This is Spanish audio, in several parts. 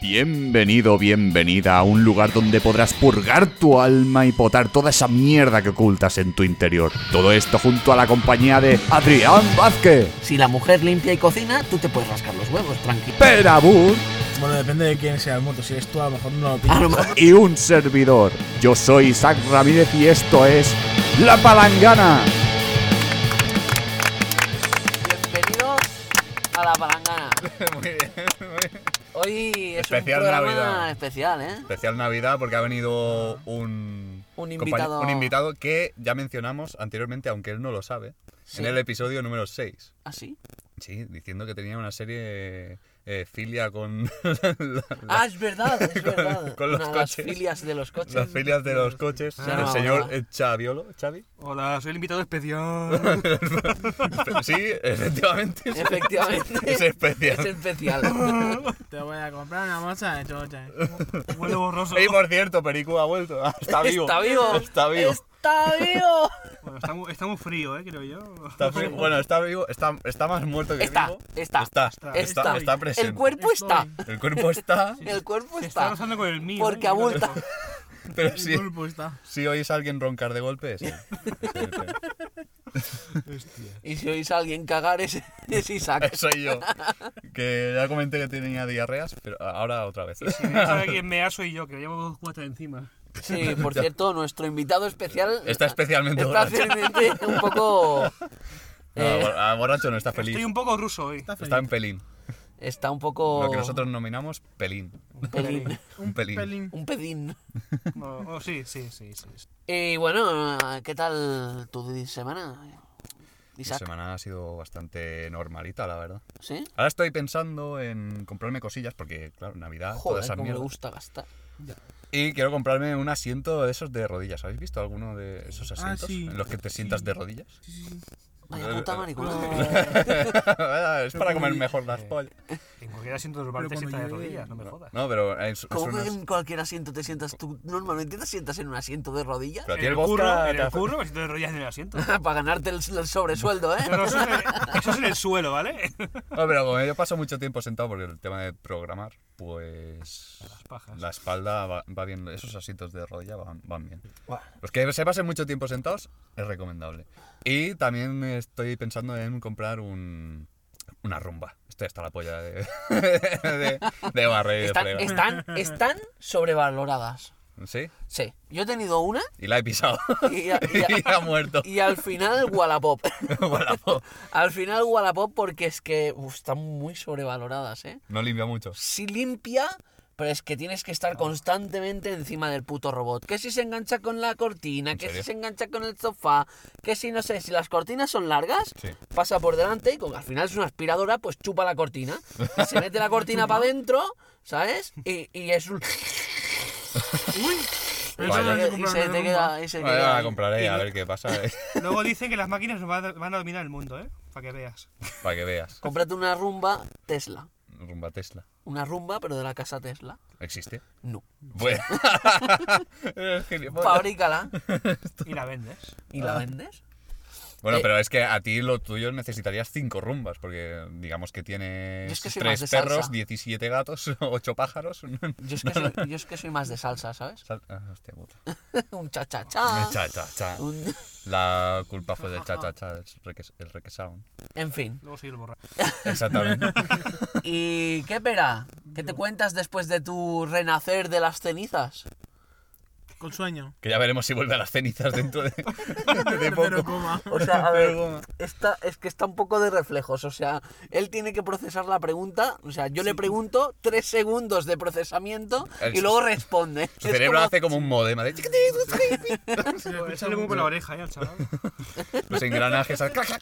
Bienvenido, bienvenida a un lugar donde podrás purgar tu alma y potar toda esa mierda que ocultas en tu interior. Todo esto junto a la compañía de Adrián Vázquez, Si la mujer limpia y cocina, tú te puedes rascar los huevos, tranquilo. Perabur Bueno, depende de quién sea el muerto. Si eres tú, a lo mejor no lo A pillas. lo mejor- y un servidor. Yo soy Isaac Ramírez y esto es La Palangana. Bienvenidos a la palangana. Hoy es Especial un programa Navidad. especial, ¿eh? Especial Navidad porque ha venido un... Un compañ- invitado- un invitado que ya mencionamos anteriormente, aunque él no lo sabe, Sí. en el episodio número 6. ¿Así? Sí, diciendo que tenía una serie eh, filia con Ah, es verdad, es verdad. con los Una de las coches. filias de los coches. las filias de los coches. Ah, el no, señor hola. eh, Chaviolo, Chavi. Hola, soy el invitado especial. Sí, efectivamente. es- Efectivamente. Es especial. Es especial. Te voy a comprar una moza de chocha. Huele borroso. Y por cierto, Perico ha vuelto. Ah, Está vivo. Está vivo. Está vivo. Está vivo. Bueno, está, muy, está muy frío, eh, creo yo. Está vivo. Bueno, está vivo. Está, está más muerto que Está, vivo. está, Está, está, está, está presente. El cuerpo está. El cuerpo está. El cuerpo Se está está. rozando con el mío. Porque eh, abulta. Pero si, El cuerpo está. si oís a alguien roncar de golpe, es él. Sí, sí. Y si oís a alguien cagar, es, es Isaac. Soy yo. Que ya comenté que tenía diarreas, pero ahora otra vez. Si me sabe quién mea soy yo, que llevo dos cuatas encima. Sí, por cierto, nuestro invitado especial Está especialmente está borracho. realmente un poco. No, eh, bor- ah, borracho no está feliz. Estoy un poco ruso hoy. Está feliz. Está en pelín. Está un poco. Lo que nosotros nominamos pelín. Un pelín. Un pelín. Pelín. Un pedín. No, oh, sí, sí, sí, sí. Y bueno, ¿qué tal tu semana? La Isaac, semana ha sido bastante normalita, la verdad. ¿sí? Ahora estoy pensando en comprarme cosillas porque, claro, Navidad, toda Joder, esa cómo me mierda. gusta gastar. Y quiero comprarme un asiento de esos de rodillas. ¿Habéis visto alguno de esos Ah, asientos sí. en los que te sientas de rodillas? Vaya puta eh, maricona. es para comer mejor las pollas. En cualquier asiento del bar te Pero sientas de cuando llegue- rodillas, no me jodas. No, pero es, es ¿Cómo unos- que en cualquier asiento te sientas tú? Normalmente te sientas en un asiento de rodillas Pero a ti En el el curro, vodka en te el hace- curro me siento de rodillas en el asiento. para ganarte el, el sobresueldo, ¿eh? Pero eso es, en- eso es en el suelo, ¿vale? No, pero como yo paso mucho tiempo sentado porque el tema de programar, pues... Las pajas. La espalda va, va bien, esos asientos de rodilla van, van bien. Los que se pasen mucho tiempo sentados es recomendable. Y también estoy pensando en comprar un, una rumba. Estoy hasta la polla de, de, de barrer y de Están, fregar. están, están sobrevaloradas. ¿Sí? Sí. Yo he tenido una Y la he pisado. y, a- y a- y ha muerto. y al final Wallapop. Wallapop. al final Wallapop porque es que uf, están muy sobrevaloradas, ¿eh? No limpia mucho. sí limpia, pero es que tienes que estar constantemente encima del puto robot. Que si se engancha con la cortina, que serio? si se engancha con el sofá, que si no sé, si las cortinas son largas, Sí. pasa por delante y como al final es una aspiradora, pues chupa la cortina. Y se mete la cortina para adentro, ¿sabes? Y, y es un... Uy. Y se Vaya. te- y se te queda... y se Vale, queda la ahí. compraré a ver qué pasa eh, Luego dicen que las máquinas van a- van a dominar el mundo, ¿eh? Para que veas. para que veas. Cómprate una rumba Tesla. Rumba Tesla. Una rumba, pero de la casa Tesla. ¿Existe? No. Bueno. Eres gilipollas. Fabrícala Y la vendes. y Ah. la vendes. Bueno, Eh, pero es que a ti lo tuyo necesitarías cinco rumbas, porque digamos que tienes Yo es que soy más tres de perros, salsa. 17 gatos, ocho pájaros. Yo es, que soy, yo es que soy más de salsa, ¿sabes? Sal- ah, hostia puta. un cha cha cha. Cha, cha, cha. un- La culpa fue del cha cha cha, el reque- el requesound. En fin. Luego soy el borracho. Exactamente. ¿Y qué pera? ¿Qué te cuentas después de tu renacer de las cenizas? Con sueño. Que ya veremos si vuelve a las cenizas dentro de, de Pero poco. coma. O sea, a ver, está, es que está un poco de reflejos. O sea, él tiene que procesar la pregunta. O sea, yo le pregunto tres segundos de procesamiento y El- luego responde. Su Es cerebro como- hace como un modema de chiquitín, Échale muy por la oreja, ¿eh? Al chaval. los engranajes. al clac, clac.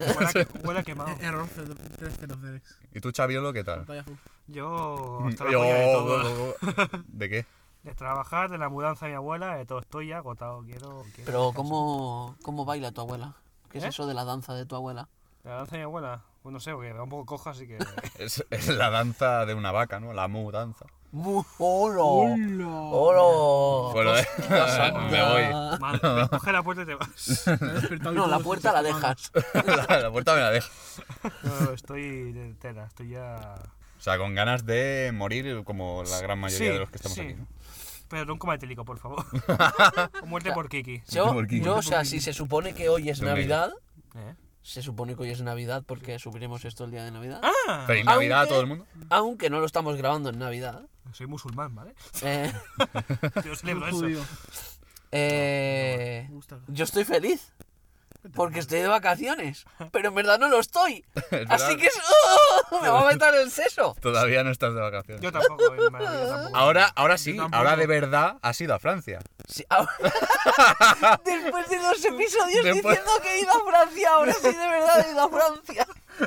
Huele a que- huele a quemado. Error 306. ¿Y tú, Chaviolo, qué tal? Pantalla azul. Yo hasta la Yo- polla de todo. ¿De qué? De trabajar, de la mudanza de mi abuela, de todo. Estoy ya agotado, quiero... Pero quiero descansar. ¿cómo, ¿cómo baila tu abuela? ¿Qué es ¿Eh? eso de la danza de tu abuela? La danza de mi abuela, pues no sé, porque me da un poco coja, así que... Es, es la danza de una vaca, ¿no? La mu danza. Mu- ¡Hola! ¡Hola! Bueno, eh, me voy. Mal, me coge la puerta y te vas. Me he despertado y No, la todo puerta la está tomando. dejas. la, la puerta me la deja. No, estoy de tela, estoy ya... sea, con ganas de morir como la gran mayoría Sí, de los que estamos sí. aquí. ¿no? Pero un coma etílico, por favor. O Muerte por Kiki. Yo, ¿Por qué? yo, o sea, si se supone que hoy es Venga. Navidad, ¿Eh? se supone que hoy es Navidad porque subiremos esto el día de Navidad, ¡Ah! Feliz Navidad a Aunque- todo el mundo. aunque no lo estamos grabando en Navidad. Soy musulmán, ¿vale? Eh, Yo celebro eso. Judío. eh, Me gusta. yo estoy feliz porque estoy de vacaciones, pero en verdad no lo estoy. Es Así verdad, que es- ¡Oh! me va a meter el seso. Todavía no estás de vacaciones. Yo tampoco, en Madrid, yo tampoco. Ahora, ahora sí, Yo tampoco. ahora de verdad has ido a Francia. Sí, ahora- Después de dos episodios Después- diciendo que he ido a Francia, ahora sí de verdad he ido a Francia.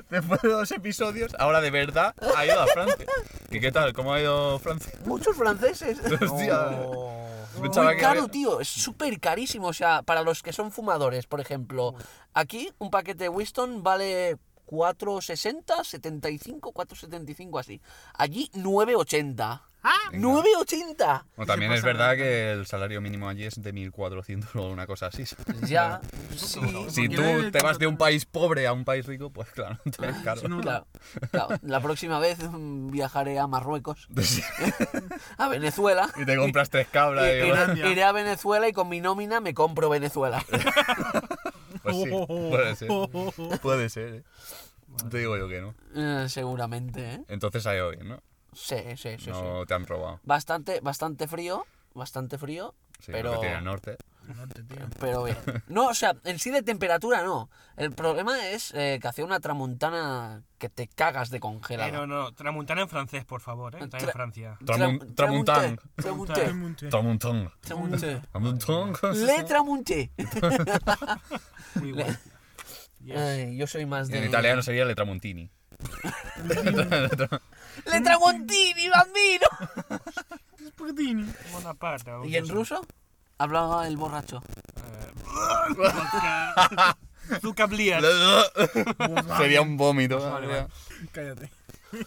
Después de dos episodios, ahora de verdad ha ido a Francia. ¿Y qué tal? ¿Cómo ha ido Francia? Muchos franceses. Hostia. Oh. Pensaba Muy que caro, había- tío, es súper carísimo. O sea, para los que son fumadores, por ejemplo, aquí un paquete de Winston vale 4,60, 75, 4,75 así. Allí 9,80. ¡Ah! Venga. ¡9,80! Bueno, también se es pasa verdad nada. que el salario mínimo allí es de 1.400 o una cosa así. Ya. sí, Si Porque tú no hay- te vas de un país pobre a un país rico, pues claro, no te ves caro. no- Claro, claro. La próxima vez mm, viajaré a Marruecos, a Venezuela. Y te compras tres cabras I- y, Finlandia. Iré, iré a Venezuela y con mi nómina me compro Venezuela. Pues Oh, sí, puede ser. Puede ser, ¿eh? No Te digo yo que no. Eh, seguramente, ¿eh? Entonces ha ido bien, ¿no? Sí, sí, sí. sí. No te han robado. Bastante, bastante frío, bastante frío, Sí, pero... porque tiene el norte. Pero bien. No, o sea, en sí de temperatura no. El problema es eh, que hacía una tramontana que te cagas de congelada. Pero Eh, no, tramuntana en francés, por favor, ¿eh? Está en Tra- Francia. Tramun- Tra- tramuntán. Tramunté. Tramuntón. Tramunté. Tramuntón. Le tramunté. Muy bueno. Yes. Ay, Yo soy más de... En italiano sería le tramontini. Le tramontini, bambino. Spaghettini. Bonaparte, ¿Y en ruso? Hablaba el borracho. Zuka sería un vómito. Cállate.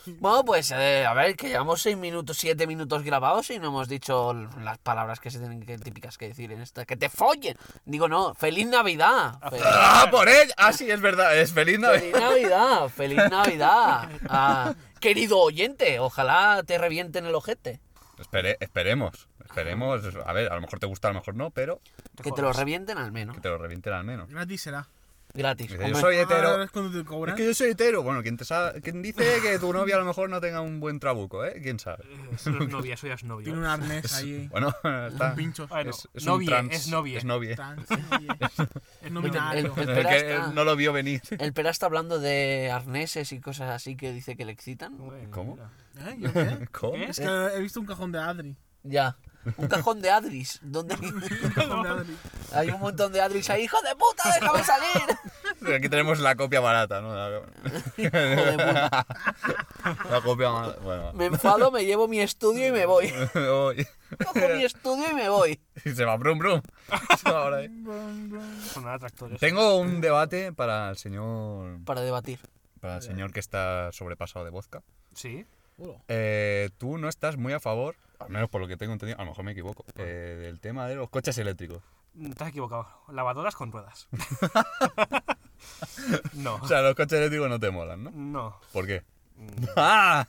Bueno, pues eh, a ver, que llevamos 6 minutos, 7 minutos grabados y no hemos dicho l- las palabras que se tienen que, típicas que decir en esta. ¡Que te follen! Digo, no, ¡Feliz Navidad! Fe- ¡Ah, por ella! Ah, sí, es verdad. Es feliz ¡Feliz Navidad. Navidad! ¡Feliz Navidad! Ah, querido oyente, ojalá te revienten el ojete. Espere- esperemos. Esperemos. A ver, a lo mejor te gusta, a lo mejor no, pero Que te lo revienten al menos. que te lo revienten al menos. Gratis será. Gratis. Dice, yo hombre. ah, soy Ahora hetero. es cuando te Eh, Es cobran. que yo soy hetero. Bueno, ¿quién, te sa- quién dice que tu novia a lo mejor no tenga un buen trabuco, eh? ¿Quién sabe? Eso es novia, eso ya es novia. Tiene un arnés ahí. Bueno, está. Con pinchos. Bueno, Es, es un novie, trans, es novie. Es novie. Trans, oye. Es El- nominario. el- El que Espera, no lo vio venir. El Pera está hablando de arneses y cosas así que dice que le excitan. Bueno, ¿Cómo? mira. ¿Eh? ¿Yo qué? ¿Cómo? ¿Qué? Es ¿Eh? que he visto un cajón de Adri. Ya. Un cajón de Adris. donde Un cajón de Adri. Hay un montón de Adris ahí. ¡Hijo de puta, déjame salir! Aquí tenemos la copia barata, ¿no? La, Hijo de puta. la copia barata. Bueno, Me enfado, me llevo mi estudio y me voy. Oye. Cojo mi estudio y me voy. Y se va brum brum. Se va por ahí. Son nada tractores. Tengo un debate para el señor Para debatir. para el señor que está sobrepasado de vodka. Sí. Eh, tú no estás muy a favor, al menos por lo que tengo entendido, a lo mejor me equivoco, eh, del tema de los coches eléctricos. Te has equivocado. Lavadoras con ruedas. no. O sea, los coches eléctricos no te molan, ¿no? No. ¿Por qué? Mm. ¡Ah!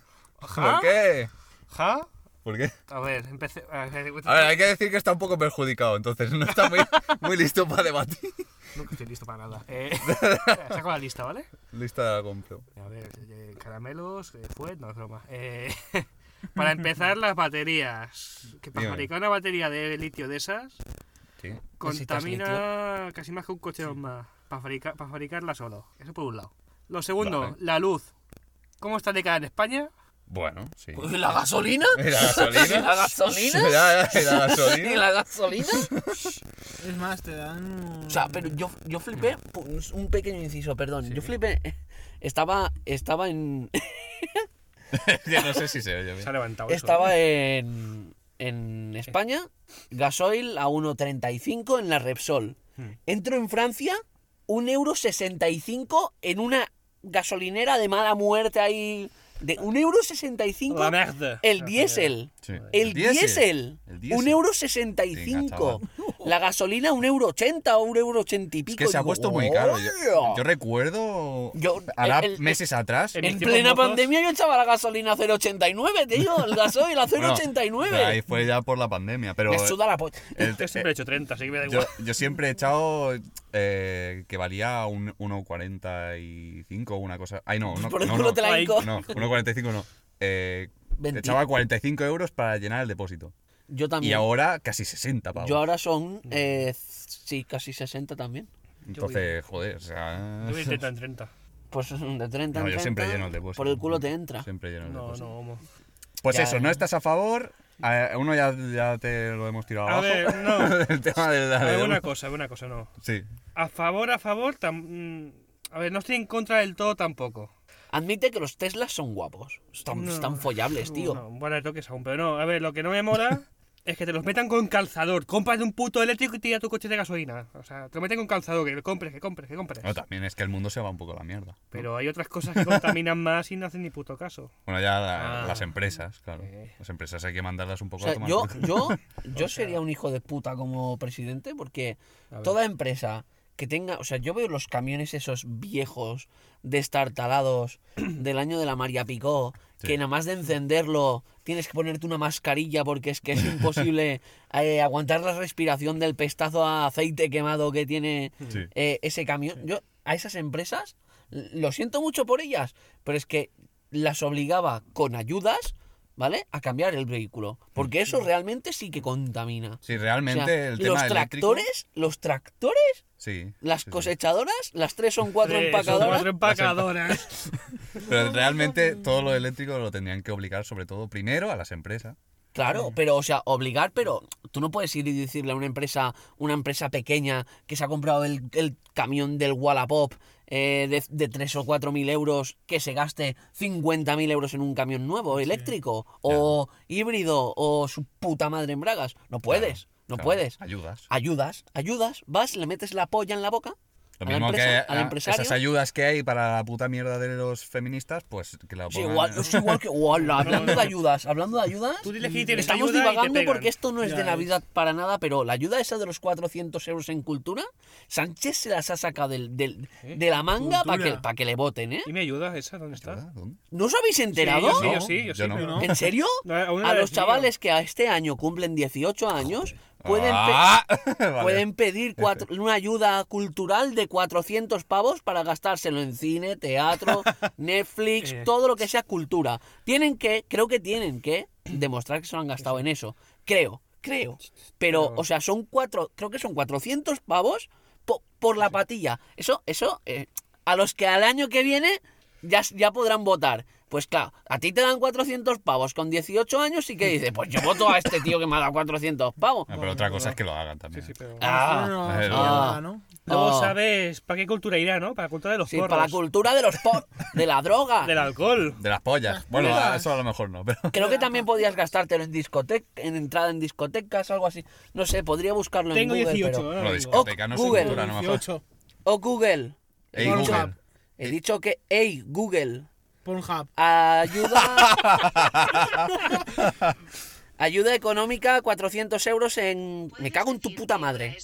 ¿Por qué? ¿Ja? ¿Por qué? A ver, empecé. A ver, A ver, hay que decir que está un poco perjudicado, entonces no está muy, muy listo para debatir. Nunca estoy listo para nada. Eh, espera, saco la lista, ¿vale? Lista la compro. A ver, eh, caramelos, eh, fuet, no es broma. Eh, para empezar, las baterías. Que para Dime. fabricar una batería de litio de esas, Sí. Necesitas contamina casi más que un coche más. Para, fabrica- para fabricarla solo. Eso por un lado. Lo segundo, Vale. la luz. ¿Cómo está de cara en España? Bueno, sí. ¿Y la gasolina? ¿Y la gasolina? ¿Y la gasolina? Ya, ya, y la ¿Y gasolina. la gasolina? Es más, te dan un... O sea, pero yo, yo flipé, pu- un pequeño inciso, perdón. Yo flipé, estaba, estaba en, Ya no sé si se oye bien. Se ha levantado. eso, estaba en, en España, gasoil a 1,35 en la Repsol. Hmm. Entro en Francia, 1,65 en una gasolinera de mala muerte ahí. De 1,65 La mierda. El diésel. Sí. El diésel. El diésel. 1,65 euro. La gasolina, un euro ochenta o un euro ochenta y pico. Es que se ha Digo, puesto muy caro. Yo, "Hostia". yo recuerdo Yo- hará el- el- meses atrás. el- en mis tiempos plena mozos- pandemia yo echaba la gasolina a 0,89, tío. El gasoil a Bueno, 0,89. pero ahí fue ya por la pandemia. Pero me suda la polla. el- Yo siempre he hecho 30, así que me da yo, igual. yo siempre he echado eh, que valía un 1,45 o una cosa. Ay, no, no, Por el no, culo no, te la Ay, hinco. no, 1,45 no. Eh, Veinti- echaba 45 euros para llenar el depósito. Yo también. Y ahora casi 60 pavos. yo ahora son, eh, sí, casi 60 también. Entonces, joder, o sea. Yo voy a intentar en 30. Pues de 30 en 30. No, yo siempre lleno el depósito. Por el culo te entra. Siempre lleno el No, depósito. no, homo. Pues Ya, eso, no estás a favor. A- a Uno ya, ya te lo hemos tirado A abajo. ver, no. el tema del A ver, del- una cosa, una cosa, no. Sí. A favor, a favor, tam- mm, a ver, no estoy en contra del todo tampoco. Admite que los Teslas son guapos. Están, No. están follables, tío. No, buenas toques aún, pero no, a ver, lo que no me mola es que te los metan con calzador. Compras de un puto eléctrico y tira tu coche de gasolina. O sea, te lo meten con calzador, que lo compres, que compres, que compres. No, también es que el mundo se va un poco a la mierda. Pero hay otras cosas que contaminan más y no hacen ni puto caso. Bueno, ya la- Ah. las empresas, claro. Eh. Las empresas hay que mandarlas un O poco sea, a tomar. yo, por culo. yo, yo sería un hijo de puta como presidente porque A ver. toda empresa que tenga, o sea, yo veo los camiones esos viejos, destartalados, del año de la María Picó, que nada más de encenderlo tienes que ponerte una mascarilla porque es que es imposible eh, aguantar la respiración del pestazo a aceite quemado que tiene Sí. eh, ese camión. Yo a esas empresas, l- lo siento mucho por ellas, pero es que las obligaba con ayudas, ¿vale? A cambiar el vehículo. Porque eso realmente sí que contamina. Sí, O sea, realmente el tema los eléctrico- tractores, los tractores, Sí. las sí, sí. cosechadoras, las tres son cuatro Tres o empacadoras. Eh, Cuatro empacadoras. Pero realmente todo lo eléctrico lo tendrían que obligar, sobre todo, primero a las empresas. Claro, pero, o sea, obligar, pero tú no puedes ir y decirle a una empresa, una empresa pequeña que se ha comprado el, el camión del Wallapop eh, de, de 3 o 4 mil euros que se gaste 50 mil euros en un camión nuevo, eléctrico, o híbrido, o su puta madre en bragas. No puedes, no Claro, puedes. Ayudas. Ayudas, ayudas, vas, le metes la polla en la boca Lo a la mismo empresa, que al ah, empresario. esas ayudas que hay para la puta mierda de los feministas, pues que la Sí, pongan- igual, es igual que. Hola, hablando no. de ayudas, hablando de ayudas. Tú diles que tienes estamos ayuda y te divagando pegan. porque esto no es Ya de ves. Navidad para nada, pero la ayuda esa de los 400 euros en cultura, Sánchez se las ha sacado del, del- ¿Eh? de la manga para que, Cultura. pa' que le voten, ¿eh? ¿Y me ayudas esa? ¿Dónde está? ¿Ayuda? ¿Dónde? ¿No os habéis enterado? Sí, yo No, sí, yo sí, yo no. pero no. ¿En serio? No, aún no A la los decido. chavales que a este año cumplen 18 años pueden, pe- Ah, vale. pueden pedir cuatro- una ayuda cultural de 400 pavos para gastárselo en cine, teatro, Netflix, Eh, todo lo que sea cultura. Tienen que, creo que tienen que demostrar que se lo han gastado en eso. Creo, creo. Pero, o sea, son cuatro, creo que son 400 pavos po- por la patilla. Eso, eso, eh, a los que al año que viene ya, s- ya podrán votar. Pues claro, a ti te dan 400 pavos con 18 años y que dices, pues yo voto a este tío que me ha dado 400 pavos. Ah, pero otra cosa es que lo hagan también. Sí, sí, pero... Ah. No, Ah. no, no, no, no. Luego Ah. sabes para qué cultura irá, ¿no? Para la cultura de los Sí, porros. para la cultura de los po- de la droga. Del alcohol. De las pollas. Bueno, pollas. ah, eso a lo mejor no, pero. Creo que también podías gastártelo en discoteca, en entrada en discotecas, algo así. No sé, podría buscarlo Tengo en Google. 18. pero- ahora Bueno, digo. discoteca, no sé Google. cultura, no me jodas. 18. O Google. Ey, Pornhub. Google. He dicho que, hey, Google, Pornhub. ayuda. ayuda económica, 400 euros en. Me cago en tu puta madre.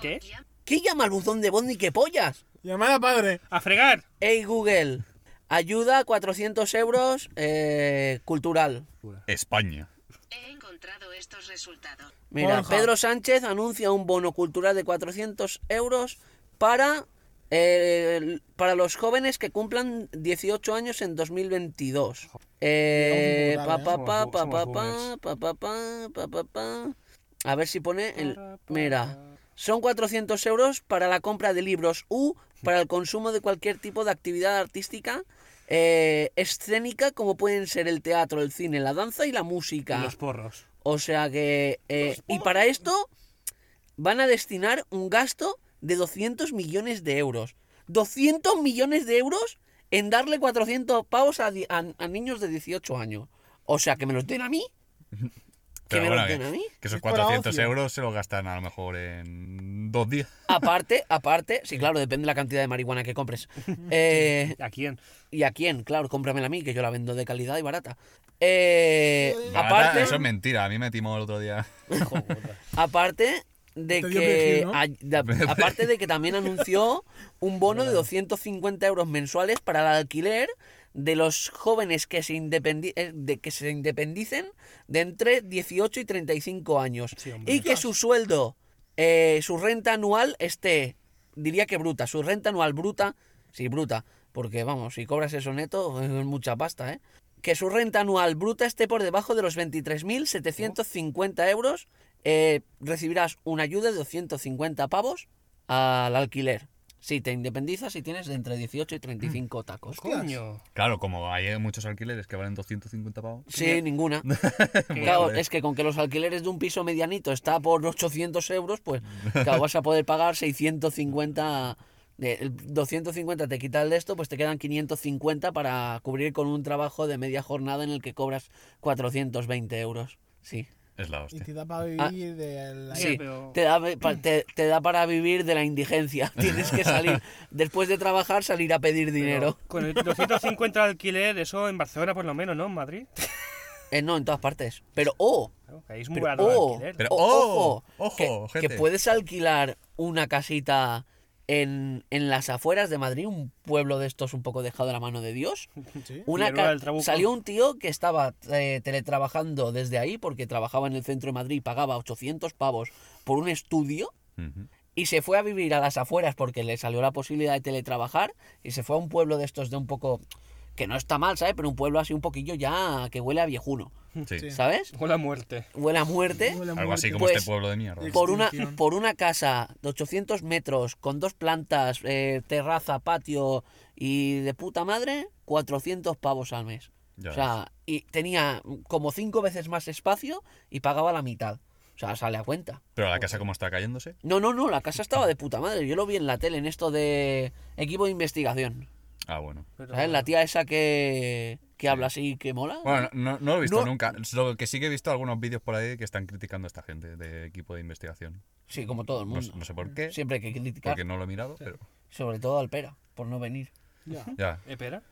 ¿Qué? ¿Qué llama al buzón de Bondi que pollas? Llamada padre. ¡A fregar! Hey, Google, ayuda, 400 euros eh, cultural. España. He encontrado estos resultados. Mira, Pornhub. Pedro Sánchez anuncia un bono cultural de 400 euros para, eh, el- para los jóvenes que cumplan 18 años en 2022. Eh, Llegamos pa, pa, imputables, pa, ¿eh? pa, Somos- somos pa, pa, pa, pa, pa, pa. A ver si pone el... Mira, son 400 euros para la compra de libros u para el consumo de cualquier tipo de actividad artística eh, escénica como pueden ser el teatro, el cine, la danza y la música. Y Los porros. O sea que... eh, y para esto van a destinar un gasto de 200 millones de euros. 200 millones de euros en darle 400 pavos a, di- a- a niños de 18 años. O sea, que me los den a mí. Que Pero me bueno, los den a que, mí. que esos Es para 400 ocio. euros se los gastan a lo mejor en dos días. Aparte, aparte, sí, claro, depende de la cantidad de marihuana que compres. Eh, ¿A quién? ¿Y a quién? Claro, cómpramela a mí, que yo la vendo de calidad y barata. Eh, La verdad, aparte, Eso es mentira, a mí me timó el otro día. aparte, de Te dio que, Virgil, ¿no? a- de- aparte de que también anunció un bono de 250 euros mensuales para el alquiler de los jóvenes que se, independi- eh, de que se independicen de entre 18 y 35 años Sí, hombre. y que su sueldo, eh, su renta anual esté, diría que bruta, su renta anual bruta, sí, bruta, porque vamos, si cobras eso neto, es mucha pasta, ¿eh? Que su renta anual bruta esté por debajo de los 23.750 euros, eh, recibirás una ayuda de 250 pavos al alquiler. Si te independizas y tienes de entre 18 y 35 tacos. Coño. Claro, como hay muchos alquileres que valen 250 pavos. Sí, ninguna. Claro, es que con que los alquileres de un piso medianito está por 800 euros, pues claro, vas a poder pagar 650, de, el 250 te quita el de esto, pues te quedan 550 para cubrir con un trabajo de media jornada en el que cobras 420 euros. Sí, Es Y la hostia. te da para Ah. vivir de la... Sí, sí pero- te, da, pa- te- te da para vivir de la indigencia. Tienes que salir, después de trabajar, salir a pedir dinero. Con el 250 de alquiler, eso en Barcelona por lo menos, ¿no? En Madrid. Eh, no, en todas partes. Pero, oh, Claro, que ahí es muy Pero, barato oh, el alquiler. Pero, o- oh, ojo, que- ojo, que, gente. puedes alquilar una casita en, en las afueras de Madrid, un pueblo de estos un poco dejado de la mano de Dios. Sí. Una Figueroa ca- del Trabuco. salió un tío que estaba eh, teletrabajando desde ahí porque trabajaba en el centro de Madrid y pagaba 800 pavos por un estudio Ujú. y se fue a vivir a las afueras porque le salió la posibilidad de teletrabajar y se fue a un pueblo de estos de un poco que no está mal, ¿sabes? Pero un pueblo así un poquillo ya que huele a viejuno, Sí. Sí. ¿sabes? Con la muerte. Huele a muerte. Huele a Algo muerte. así como Pues, este pueblo de mierda. Ex- por una, Extinción. por una casa de 800 metros, con dos plantas, eh, terraza, patio y de puta madre, 400 pavos al mes. Ya o sea, y tenía como cinco veces más espacio y pagaba la mitad. O sea, sale a cuenta. Pero la casa como está cayéndose. No, no, no, la casa estaba de puta madre. Yo lo vi en la tele, en esto de equipo de investigación. Ah, bueno. Pero- ¿Sabes? La tía esa que, que habla así y que mola. Bueno, no, no lo he visto No. nunca. Lo que sí que he visto algunos vídeos por ahí que están criticando a esta gente de equipo de investigación. Sí, como todo el No, mundo. Pues no sé por qué, Mm. Siempre hay que criticar. porque no lo he mirado, pero Sobre todo al Pera, por no venir. Ya. ya. Espera.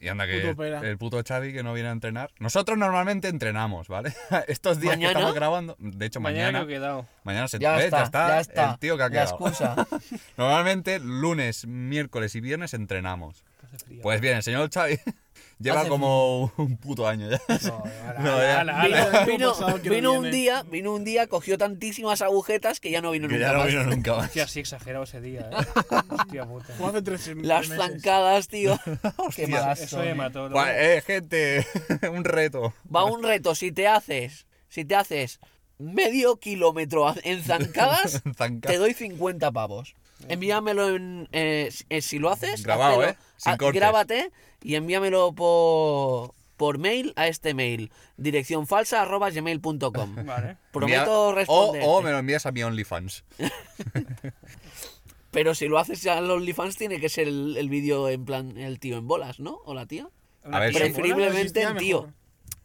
Y anda que Puto pera. el puto Xavi que no viene a entrenar. Nosotros normalmente entrenamos, ¿vale? Estos días que ¿Mañana? estamos grabando, de hecho Mañana mañana, que he quedado. mañana se Ya ¿ves? está, ya está. Eh, el tío que ha La quedado. excusa. Normalmente lunes, miércoles y viernes entrenamos. Pues bien, el señor Xavi lleva Hace como un puto año ya. No, ala, No, ala, ya. ala, Mira, ala. el año vino, pasado que no vino un viene. día, vino un día, cogió tantísimas agujetas que ya no vino Que nunca ya no más. vino nunca más. Hostia, sí, exagerado ese día, ¿eh? Hostia puta. Fue hace tres meses. Las zancadas, tío. Qué malas Eso son, me eh. mató. ¿no? Guau, eh, gente, un reto. Va un reto, si te haces, si te haces medio kilómetro a- en zancadas, Zanca- te doy 50 pavos. Envíamelo en, eh, si- eh, si lo haces, Grabado, hazlo, eh, sin ah, cortes. grábate y envíamelo por, por mail a este mail, dirección falsa arroba gmail.com. Vale. Prometo Mira, responder. O, o me lo envías a mi OnlyFans. Pero si lo haces ya en los OnlyFans tiene que ser el, el vídeo en plan el tío en bolas, ¿no? O la tía. Una A ver, tía sí. en bola. Preferiblemente existía en tío. mejor.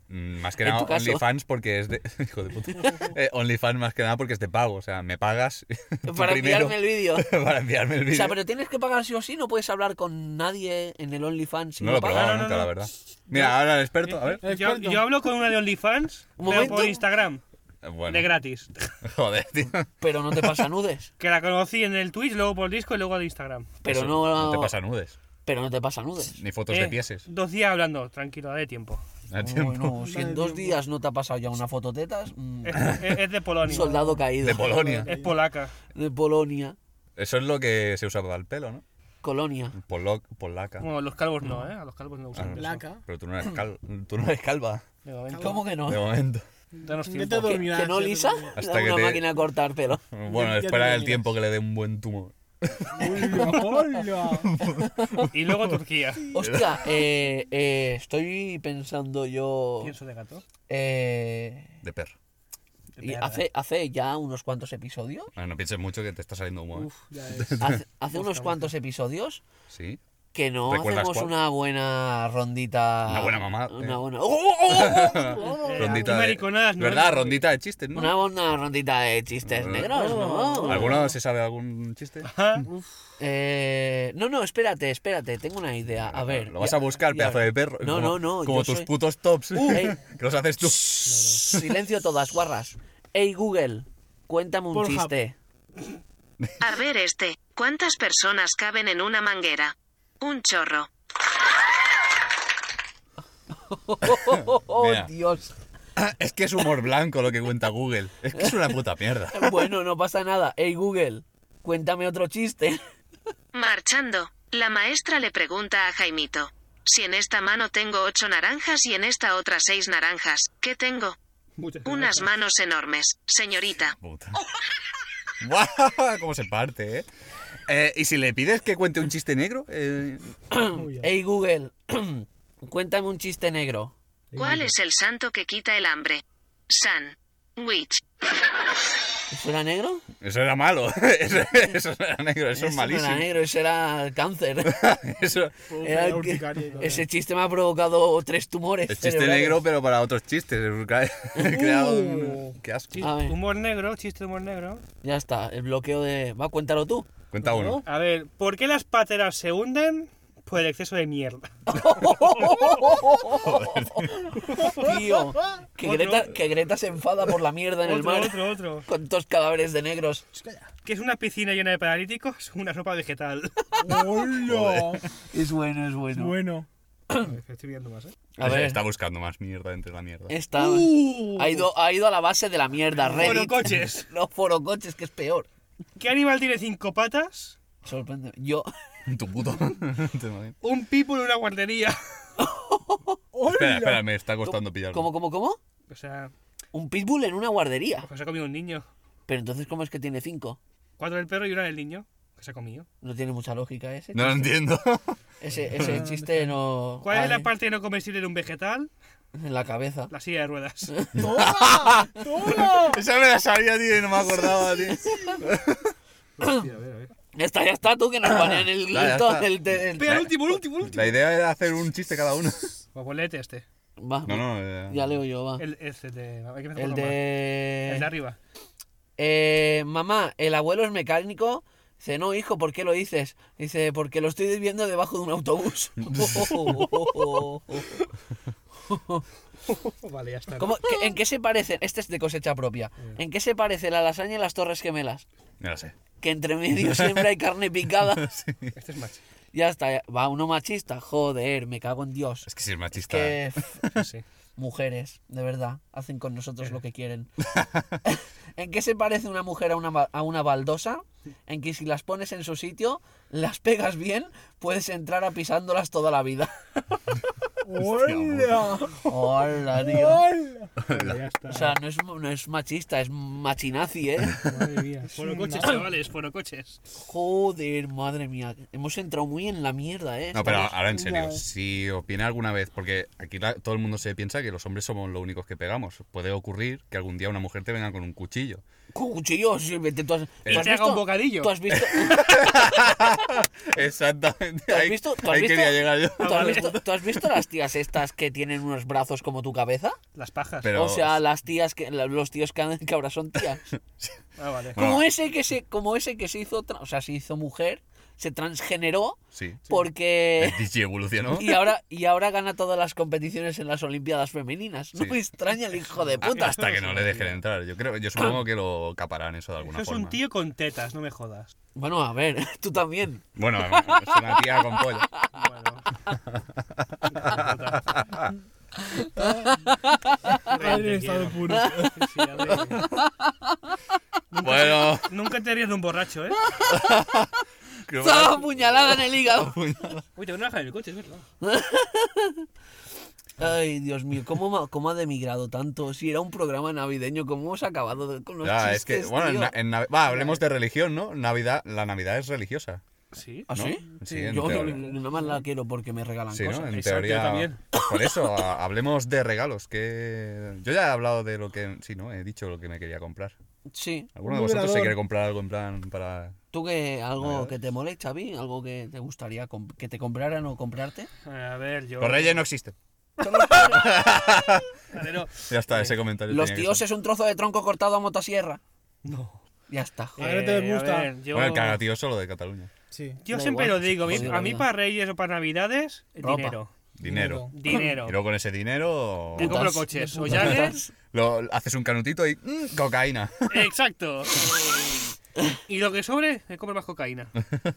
Mm, Más que En nada tu caso. OnlyFans porque es de... Hijo de puta. Eh, OnlyFans más que nada porque es de pago. O sea, me pagas tú Para primero enviarme el vídeo. O para enviarme el vídeo. sea, pero tienes que pagar sí o sí, no puedes hablar con nadie en el OnlyFans. si No lo he pagas. probado No, no, nunca, no. la verdad. Mira, ahora el experto, a ver. Eh, Yo, Experto. yo hablo con una de OnlyFans, Un pero momento. por Instagram, Eh, Bueno, de gratis. joder, tío. Pero no te pasa nudes. Que la conocí en el Twitch, luego por disco y luego de Instagram. Pero Eso, no, te pasa nudes, Pero no te pasa nudes. ni fotos Eh, de pieses. Dos días hablando, tranquilo, dale tiempo. A tiempo. Uy, no, si en dos días no te ha pasado ya una fototetas, mm, Es, es- es de un Polonia. soldado caído. De Polonia. Es polaca. De Polonia. Eso es lo que se usa para el pelo, ¿no? Colonia. Polo- polaca. Bueno, los calvos no, ¿eh? A los calvos no Ah. usan. eso. Placa. Pero tú no eres, cal- tú no eres calva, De momento. ¿Cómo que no? de momento. Danos Ya te tiempo. ¿Que, dormirás, que no ya te lisa? dormirás. Hasta Una que te- máquina a cortar pelo. Bueno, Ya- ya espera te el miras. tiempo que le dé un buen tumor. Uy, hola. Y luego Turquía. Hostia, eh, eh, estoy pensando yo. Pienso de gato. Eh, De perro. y hace, hace ya unos cuantos episodios. Ah, no pienses mucho que te está saliendo humo. ¿eh? Uf, ya es. Hace, hace unos cuantos episodios Sí. que no ¿Recuerdas hacemos cuál? una buena rondita. Una buena mamada, Una eh. buena. ¡Oh, oh, oh! Eh, rondita aquí de... mariconadas, ¿no? ¿Verdad? Rondita de chistes, ¿no? Una buena rondita de chistes negros, ¿no? ¿Alguno se sabe algún chiste? Ajá. Eh, no, no, espérate, espérate, tengo una idea. A ver. Lo vas a buscar, pedazo de perro. No, no, como, no, Como yo tus soy- putos tops. Uh, ey. que los haces tú. Silencio todas, guarras. Hey Google, Cuéntame un Pornhub. chiste. A ver este. ¿Cuántas personas caben en una manguera? Un chorro. Oh, oh, Mira. Dios. Ah, Es que es humor blanco lo que cuenta Google. Es que es una puta mierda. Bueno, no pasa nada. Hey Google, cuéntame otro chiste. Marchando, la maestra le pregunta a Jaimito. Si en esta mano tengo ocho naranjas y en esta otra seis naranjas, ¿qué tengo? Muchas Unas manos enormes, señorita. Puta. Guau, ¿Cómo se parte, eh? Eh, ¿Y si le pides que cuente un chiste negro? Eh, Hey Google, cuéntame un chiste negro. ¿Cuál es el santo que quita el hambre? San. Witch. ¿Eso era negro? eso era malo. Eso, eso era negro, eso, es no era malísimo. negro, ese era cáncer. Eso- Era el que- urticaria y todo. ese chiste me ha provocado tres tumores. el chiste cerebrales. negro, pero para otros chistes. He cre- he creado un- Qué asco. Chis- A ver. humor negro, chiste de humor negro. Ya está, el bloqueo de. Va, cuéntalo tú. Cuenta uno. A ver, ¿por qué las pateras se hunden? Por el exceso de mierda. Tío, que Greta, que Greta se enfada por la mierda en el Otro, mar. otro, otro. Con dos cadáveres de negros. Que es una piscina llena de paralíticos, una sopa vegetal. ¡Hola! Es bueno, es bueno. Bueno. Estoy viendo más, ¿eh? A ver, Está buscando más mierda entre la mierda. está. Uh. Ha, ido, ha ido a la base de la mierda, Reddit. Forocoches. Los forocoches, que es peor. ¿Qué animal tiene cinco patas? Sorprende. Yo. Tu puto. Te imagino. Un pipo en una guardería. espera, espera, me está costando pillarlo. ¿Cómo, cómo, cómo? O sea, Un pitbull en una guardería. pues se ha comido un niño. Pero entonces, ¿cómo es que tiene cinco? Cuatro del perro y una del niño. Que se ha comido. No tiene mucha lógica ese. No lo entiendo. Ese, ese chiste no. ¿Cuál es vale. la parte no comestible de un vegetal? En la cabeza. La silla de ruedas. ¡Hola! ¡Hola! Esa me la sabía, tío, y no me acordaba, tío. Hostia, a ver, a ver. Ya está, ya está, tú que nos banean el Ya, ya grito está. del- del- Espera, el último, el último, el último. La idea era hacer un chiste cada uno. Pues ponle este, este. Va, No, no. eh, ya leo yo, va. El, El, este de... hay que empezar por nombre. Ah. de... El de arriba. Eh, mamá, el abuelo es mecánico. Dice, no, hijo, ¿por qué lo dices? Dice, porque lo estoy viendo debajo de un autobús. Oh, vale, ya está. ¿Cómo- qué- ¿En qué se parecen? Este es de cosecha propia. ¿En qué se parece la lasaña y las torres gemelas? No lo sé. Que entre medio siempre hay carne picada. Este es macho. Ya está, ya- va uno machista. Joder, me cago en Dios. Es que si es machista. Que pff, Sí, sí. mujeres, de verdad, hacen con nosotros lo que quieren. ¿En qué se parece una mujer a una, ba- a una baldosa? En que si las pones en su sitio, las pegas bien, puedes entrar a pisándolas toda la vida. ¡Hola! Hola, tío. ¡Hola! Vale, ya está. O sea, no es, no es machista, es machinazi, ¿eh? Madre mía. Forocoches, chavales, forocoches. Joder, madre mía. Hemos entrado muy en la mierda, ¿eh? No, pero Estamos- ahora en serio, Vale. si opina alguna vez, porque aquí la- todo el mundo se piensa que los hombres somos los únicos que pegamos. Puede ocurrir que algún día una mujer te venga con un cuchillo. Con cuchillos, sí, vete, tú has, ¿tú Y has te haga visto- un bocadillo. ¿Tú has visto? Exactamente. ¿Tú has ahí- visto- tú has ahí visto- quería llegar yo. ¿Tú has, vale. visto, tú has visto las tías estas que tienen unos brazos como tu cabeza? Las pajas. Pero- O sea, las tías que la- los tíos que, han- que ahora son tías. Ah, vale. Bueno. Como ese que se como ese que se hizo, tra- o sea, se hizo mujer, se transgeneró Sí. porque El DJ evolucionó. y ahora y ahora gana todas las competiciones en las olimpiadas femeninas. No Sí. Ah, me extraña el hijo de puta. Hasta que no le dejen entrar. Yo creo, yo supongo que lo caparán eso de alguna Eso es forma. un tío con tetas, no me jodas. Bueno, a ver, tú también. Bueno, es una tía con pollo. Bueno. Aire Ah, estado puro. Sí, ya veo. Bueno, Nunca te rías de un borracho, ¿eh? ¡Ah, puñalada en el hígado! Uy, te voy a dejar en el coche, es verdad. Ay, Dios mío, ¿cómo, ma- cómo ha demigrado tanto? Si era un programa navideño, ¿cómo hemos acabado de- con los Ya, chistes, es que, bueno, en tío? na- en Nav- va, hablemos de religión, ¿no? Navidad, la Navidad es religiosa. Sí. ¿Ah, ¿no? sí? Sí, en Yo teoría. nada más la quiero porque me regalan Sí, cosas. ¿no? En Exacto, yo teoría. también. pues Por eso, ha- hablemos de regalos. Que yo ya he hablado de lo que. Sí, ¿no? He dicho lo que me quería comprar. Sí. ¿Alguno de Un vosotros se vibrador. quiere comprar algo en plan para.? ¿Tú que algo que te mole, Xavi? ¿Algo que te gustaría comp- que te compraran o comprarte? A ver, yo. Los reyes no existen. Vale, no. Ya está, ese comentario. Los tenía que tíos ser. es un trozo de tronco cortado a motosierra. No. Ya está. A ver, te Eh, a gusta. ver, yo Bueno, el cagatío solo de Cataluña. Sí. yo Da siempre igual, lo digo. A mí, jodido, a mí ¿verdad? para Reyes o para Navidades, Ropa. dinero. Dinero. Dinero. Y luego con ese dinero. Te Putas. compro coches. O Putas. Jagger Lo, haces un canutito y mm, cocaína. Exacto. Eh, y lo que sobre, me compro más cocaína.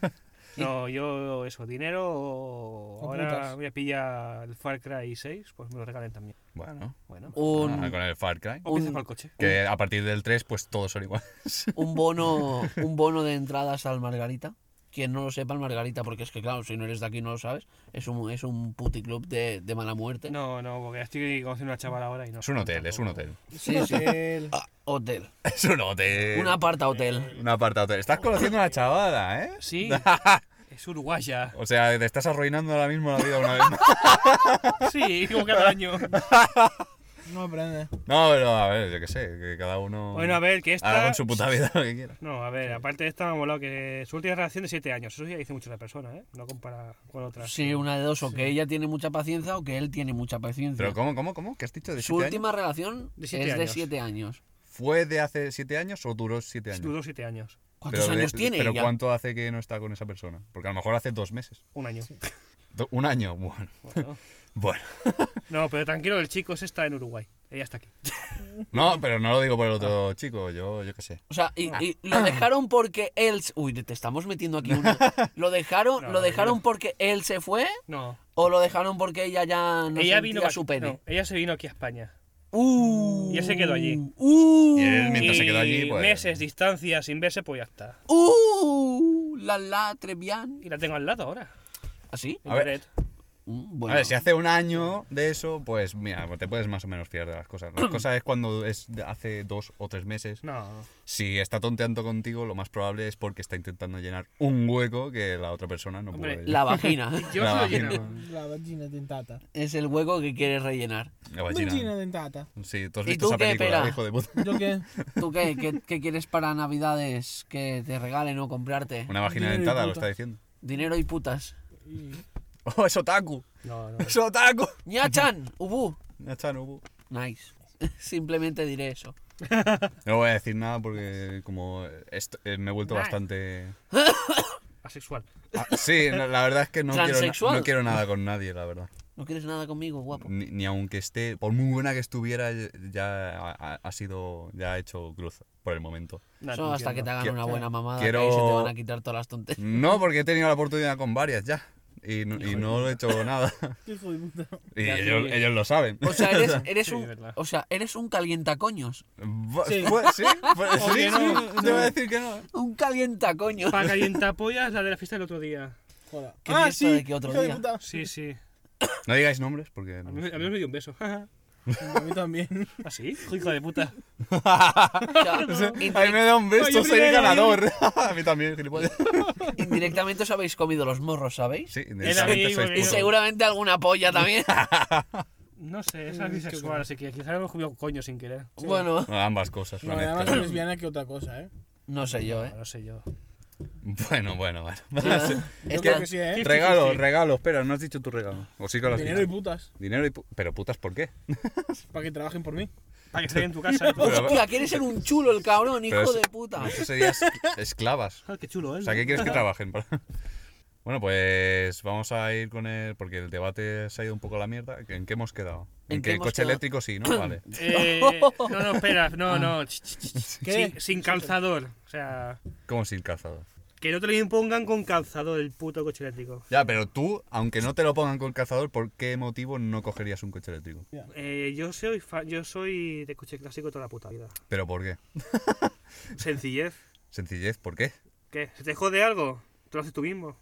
No, yo eso, dinero. Ahora putas. voy a pillar el Far Cry 6, pues me lo regalen también. Bueno, Bueno, ah, Un, con el Far Cry. o un- piezas para el coche. Que a partir del 3, pues todos son iguales. un bono un bono de entradas al Margarita. Quien no lo sepa, el Margarita, porque es que, claro, si no eres de aquí no lo sabes, es un, es un puticlub de, de mala muerte. No, no, porque estoy conociendo una chavala ahora y no. Es un hotel, es un tampoco. hotel. Sí, sí. Él. Ah, hotel. Es un hotel. Un aparta hotel. Un apartado hotel. Estás conociendo a una chavada, ¿eh? Sí, es uruguaya. O sea, te estás arruinando ahora mismo la vida una vez más. Sí, como cada año. No aprende. No, pero a ver, yo qué sé, que cada uno Bueno, a ver, que esta. haga con su puta vida lo que quiera. No, a ver, aparte de esta, me ha molado que su última relación de 7 años. Eso ya dice mucho la persona, ¿eh? No compara con otras. Sí, una de dos, o que ella tiene mucha paciencia o que él tiene mucha paciencia. Pero ¿cómo, cómo, cómo? ¿Qué has dicho? ¿De Su siete última relación De es siete de años. 7 años. años? ¿Fue de hace siete años o duró siete años? Duró 7 años. ¿Cuántos Pero de- años tiene ¿Pero ella? cuánto hace que no está con esa persona? Porque a lo mejor hace dos meses. Un año. Do- ¿Un año? Bueno. Bueno. Bueno. No, pero tranquilo, el chico se está en Uruguay. Ella está aquí. No, pero no lo digo por el otro chico, yo, yo qué sé. O sea, y, y lo dejaron porque él... Uy, te estamos metiendo aquí uno. ¿Lo dejaron, No, lo dejaron no. porque él se fue No. o lo dejaron porque ella ya no ella sentía vino. aquí- su pene? no, ella se vino aquí a España. Uh, Y él se quedó allí. Uh, Y él mientras se quedó allí, Y pues... Meses, distancia, sin verse, pues ya está. uh, la la Trevian. Y la tengo al lado ahora. ¿Así? en A ver. Lloret. Mm, A bueno. ver, si hace un año de eso, pues mira, te puedes más o menos fiar de las cosas. Las cosas es cuando es de hace dos o tres meses. No. Si está tonteando contigo, lo más probable es porque está intentando llenar un hueco que la otra persona no Hombre, puede La vagina. Yo La se lo vagina. lleno. La vagina dentata. es el hueco que quieres rellenar. La vagina. Vagina dentata. Sí, tú has ¿Y visto tú esa qué, película, pera? hijo de puta. ¿Yo qué? ¿Tú qué, qué, qué quieres para navidades que te regalen o comprarte? Una vagina Dinero y dentada, lo putas. está diciendo. Dinero y putas. Y- ¡Oh, es otaku! No, no. ¡Es otaku! ¡Nya-chan! ¡Ubu! Ya está, no hubo. Nice. Simplemente diré eso. No voy a decir nada porque como esto- eh, me he vuelto Nice. bastante... Asexual. Ah, sí, no, la verdad es que no quiero, na- Transexual. no quiero nada con nadie, la verdad. ¿No quieres nada conmigo, guapo? Ni, ni aunque esté, por muy buena que estuviera, ya ha, ha sido, ya ha hecho cruz por el momento. Nada, Eso te hasta que te entiendo. hagan Quiero- una buena mamada quiero- que ahí se te van a quitar todas las tonterías. No, porque he tenido la oportunidad con varias ya. Y no, y no he hecho nada. Hijo de puta. Y Ya, Pues, sí. ellos, ellos lo saben. O sea, eres, eres Sí, un, verdad. o sea, eres un calientacoños. Bu- Sí. pues sí, pues O sí, que no, sí, te voy a decir que no. Un calientacoños. Para calientapollas, la de la fiesta del otro día. Joder. ¿Qué fiesta de qué otro Ah, hijo de día? puta. Sí, sí. No digáis nombres porque... A no- mí, a mí me dio un beso. A mí también. ¿Así? Hijo de puta. O sea, indi- A mí me da un Ay, yo beso, soy el primero, ganador. A mí también, gilipollas. indirectamente os habéis comido los morros, ¿sabéis? Sí, amigo, directamente sois el Y Pero- putos. seguramente alguna polla también. No sé, esa es Mm, qué bisexual, bueno. así que quizás hemos comido coño sin querer. Bueno, No, ambas cosas, No, la era más mezcla. lesbiana que otra cosa, ¿eh? no sé yo, Ah, ¿eh? No sé yo. Bueno, bueno, bueno. Yo Está- creo que Ah. sí, ¿eh? Regalo, regalo, espera, no has dicho tu regalo. O sí que lo has Dinero y dicho. putas. Dinero y pu- Pero putas, ¿por qué? Para que trabajen por mí. Para que esté en tu casa. ¿eh? Hostia, quieres ser un chulo el cabrón, Pero hijo eso- de puta. Eso sería es- esclavas. Ah, qué chulo, ¿eh? O sea, ¿qué quieres que trabajen? para- Bueno, pues vamos a ir con el. Porque el debate se ha ido un poco a la mierda. ¿En qué hemos quedado? ¿En qué En, que el hemos coche quedado? eléctrico sí, ¿no? Vale. Eh, no, no, espera, no, no. Ah. ch, ch, ch, ch, ¿Qué? Sin, sin calzador. O sea, Como sin calzado. que no te lo impongan con calzador el puto coche eléctrico. Ya, pero tú, aunque no te lo pongan con calzador, ¿por qué motivo no cogerías un coche eléctrico? Eh, yo, soy fa- yo soy de coche clásico toda la puta vida. ¿Pero por qué? Sencillez. ¿Sencillez? ¿Por qué? ¿Qué? ¿Se te jode algo? Te lo haces tú mismo.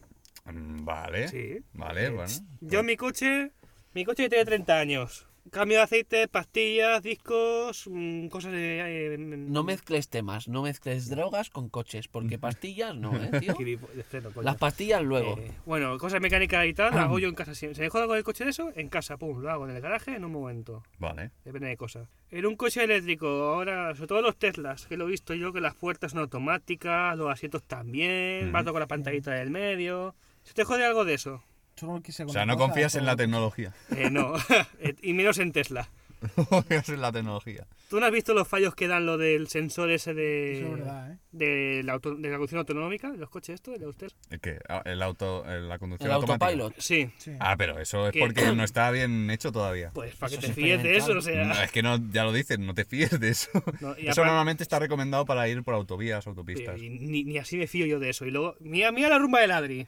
Mm, ¿Eh? Vale. Sí. Vale, bueno. Yo mi coche, mi coche tiene 30 años. Cambio de aceite, pastillas, discos, mm, cosas de... eh, mm, No mezcles temas, no mezcles drogas con coches, porque pastillas no, ¿eh, tío? gilipo- de freno, coño. Las pastillas luego. Eh, bueno, cosas mecánicas y tal, las hago yo en casa. siempre. ¿Se me joda con el coche de eso? En casa, pum, lo hago en el garaje en un momento. Vale. Depende de cosas. En un coche eléctrico, ahora, sobre todo los Teslas, que lo he visto yo, que las puertas son automáticas, los asientos también, Ujú. vas con la pantallita del medio. ¿Se te jode algo de eso? Solo que se O sea, no confías en la tecnología. Eh, no, y Eh, menos en Tesla. Eso es la tecnología. ¿Tú no has visto los fallos que dan lo del sensor ese de. Eso es verdad, ¿eh? De la, auto- de la conducción autonómica, los coches, esto, de usted. ¿El qué? Ah, El auto, eh, la conducción El automática. autopilot. Sí. Sí. Ah, pero eso es ¿Qué? porque no está bien hecho todavía. Pues para que Eso te es fíes de eso, o sea. No, es que no, ya lo dices, no te fíes de eso. No, y eso aparte- normalmente está recomendado para ir por autovías, autopistas. y ni, ni así me fío yo de eso. Y luego, mira, mira la rumba del Adri.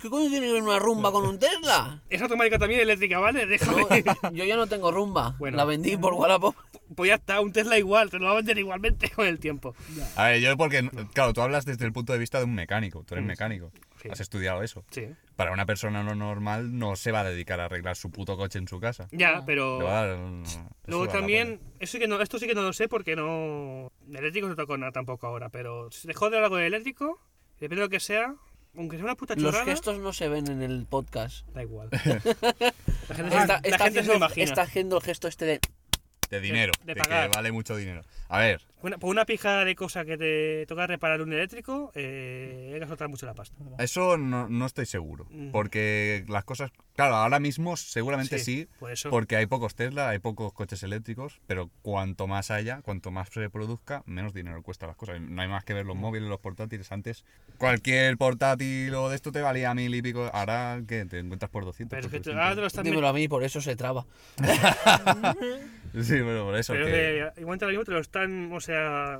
¿Qué coño tiene que ver una rumba con un Tesla? Es automática también, eléctrica, ¿vale? Déjame. No, yo ya no tengo rumba. Bueno. La vendí por Wallapop. pues ya está, un Tesla igual, te lo va a vender igualmente con el tiempo. A ver, yo porque, claro, tú hablas desde el punto de vista de un mecánico, tú eres mecánico, Mm, Sí. has estudiado eso. Sí. Para una persona no normal no se va a dedicar a arreglar su puto coche en su casa. Ya, Ah. Le pero. va a dar, mm, eso Luego va a la también, eso sí que no, esto sí que no lo sé porque no. de Eléctrico no toco nada tampoco ahora, pero si dejó de hablar con el eléctrico, depende de lo que sea, aunque sea una puta Los chorrada, gestos no se ven en el podcast. da igual. la gente, se- Está, la está gente se lo haciendo, imagina. está haciendo el gesto este de... polla. De dinero, de de, pagar. que vale mucho dinero. A ver, Una- por una pija de cosa que te toca reparar un eléctrico, eh, hay que soltar mucho la pasta. eso no, no estoy seguro. Porque las cosas, claro, ahora mismo seguramente Sí, sí, por eso. porque hay pocos Tesla, hay pocos coches eléctricos, pero cuanto más haya, cuanto más se produzca, menos dinero cuesta las cosas. No hay más que ver Mm. los móviles, los portátiles. Antes, cualquier portátil o de esto te valía mil y pico. Ahora, ¿qué? Te encuentras por 200. Pero es por que tú- 300. ahora Ah, te lo estás Dímelo a mí, por eso se traba. Sí, bueno, por eso. ah, Pero que- es que, igual ahora mismo te lo están, o sea,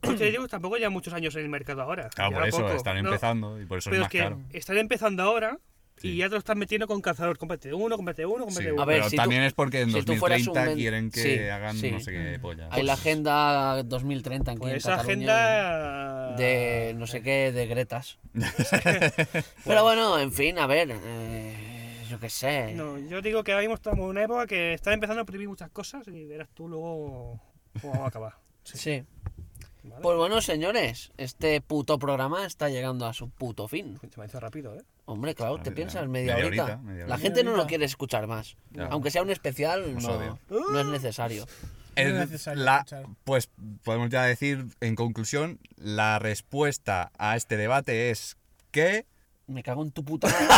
coches eléctricos tampoco llevan muchos años en el mercado ahora. Claro, Ah, por llevan eso poco. están No, empezando y por eso es Pero es más que caro. están empezando ahora y Sí. ya te lo están metiendo con cazador. Cómprate uno, cómprate uno, Sí, cómprate uno. pero A ver, si tú- también es porque en si tú fueras un 2030 men- quieren que sí, hagan sí. no sé qué polla. Pues Hay la agenda 2030 aquí Pues en esa Cataluña agenda. de no sé qué, de Gretas. Pero bueno, en fin, a ver, eh, yo qué sé. No, yo digo que ahora mismo estamos en una época que están empezando a prohibir muchas cosas y verás tú luego cómo va a acabar. sí. ¿vale? Pues bueno, señores, este puto programa está llegando a su puto fin. Se me hizo rápido, ¿eh? Hombre, claro, te Rápido, piensas, ¿no? media, Ah, Media horita. horita, media La horita. gente no Media lo horita. quiere escuchar más. Ya. Aunque sea un especial, Os no, odio. no es necesario. El- No es necesario la- escuchar. pues podemos ya decir en conclusión, la respuesta a este debate es que Me cago en tu puta madre.